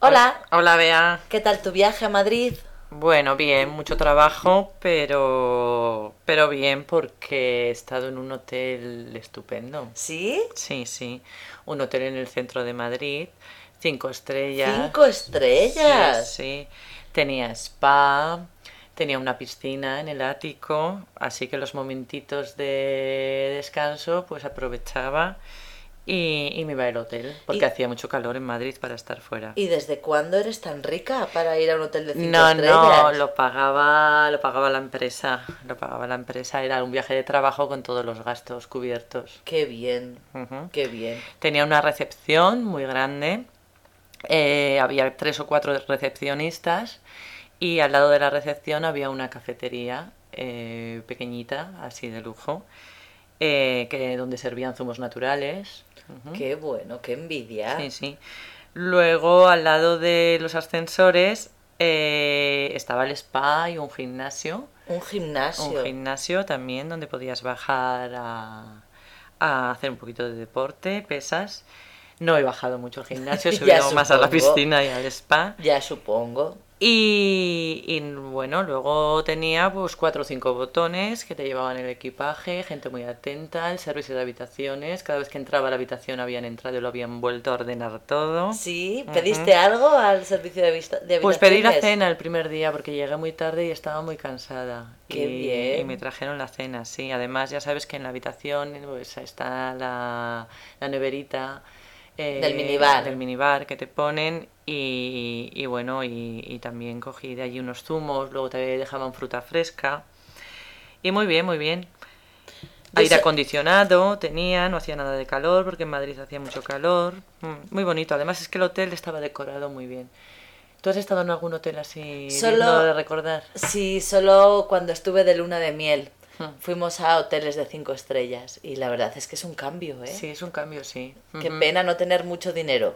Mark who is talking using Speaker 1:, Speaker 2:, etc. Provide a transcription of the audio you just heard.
Speaker 1: Hola,
Speaker 2: Hola, Bea.
Speaker 1: ¿qué tal tu viaje a Madrid?
Speaker 2: Bueno, bien, mucho trabajo, pero pero bien porque he estado en un hotel estupendo.
Speaker 1: ¿Sí?
Speaker 2: Sí, sí, un hotel en el centro de Madrid, cinco estrellas.
Speaker 1: Cinco estrellas.
Speaker 2: Sí, sí. Tenía spa, tenía una piscina en el ático, así que los momentitos de descanso pues aprovechaba y, y me iba al hotel, porque
Speaker 1: Y-
Speaker 2: hacía mucho calor en Madrid para estar fuera.
Speaker 1: ¿Y desde cuándo eres tan rica para ir a un hotel de cinco
Speaker 2: No,
Speaker 1: estrellas?
Speaker 2: no, lo pagaba, lo pagaba la empresa, lo pagaba la empresa, era un viaje de trabajo con todos los gastos cubiertos.
Speaker 1: Qué bien,
Speaker 2: Ujú.
Speaker 1: qué bien.
Speaker 2: Tenía una recepción muy grande, eh, había tres o cuatro recepcionistas y al lado de la recepción había una cafetería eh, pequeñita, así de lujo, eh, que, donde servían zumos naturales. Ujú.
Speaker 1: Qué bueno, qué envidia.
Speaker 2: Sí, sí. Luego, al lado de los ascensores, eh, estaba el spa y un gimnasio.
Speaker 1: Un gimnasio.
Speaker 2: Un gimnasio también donde podías bajar a, a hacer un poquito de deporte, pesas. No he bajado mucho al gimnasio, he
Speaker 1: Ya
Speaker 2: subido más a la
Speaker 1: supongo.
Speaker 2: piscina y al spa.
Speaker 1: Ya supongo.
Speaker 2: Y, y, bueno, luego tenía pues cuatro o cinco botones que te llevaban el equipaje, gente muy atenta, el servicio de habitaciones. Cada vez que entraba a la habitación habían entrado y lo habían vuelto a ordenar todo.
Speaker 1: ¿Sí? ¿Pediste algo al servicio de, vista- de
Speaker 2: Pues pedí la
Speaker 1: habitaciones?
Speaker 2: cena el primer día porque llegué muy tarde y estaba muy cansada.
Speaker 1: Qué
Speaker 2: y,
Speaker 1: bien.
Speaker 2: y me trajeron la cena, sí. Además, ya sabes que en la habitación pues, está la, la neverita. eh,
Speaker 1: Del minibar.
Speaker 2: Del minibar que te ponen. Y, y bueno, y, y también cogí de allí unos zumos. Luego te dejaban fruta fresca. Y muy bien, muy bien.
Speaker 1: Yo
Speaker 2: Aire
Speaker 1: sé-
Speaker 2: acondicionado tenía, no hacía nada de calor porque en Madrid hacía mucho calor. Mm, Muy bonito. Además es que el hotel estaba decorado muy bien. ¿Tú has estado en algún hotel así
Speaker 1: Solo-
Speaker 2: digno de recordar?
Speaker 1: Sí, solo cuando estuve de luna de miel.
Speaker 2: Hmm.
Speaker 1: Fuimos a hoteles de cinco estrellas y la verdad es que es un cambio, ¿eh?
Speaker 2: Sí, es un cambio, sí.
Speaker 1: Qué
Speaker 2: Ujú.
Speaker 1: pena no tener mucho dinero.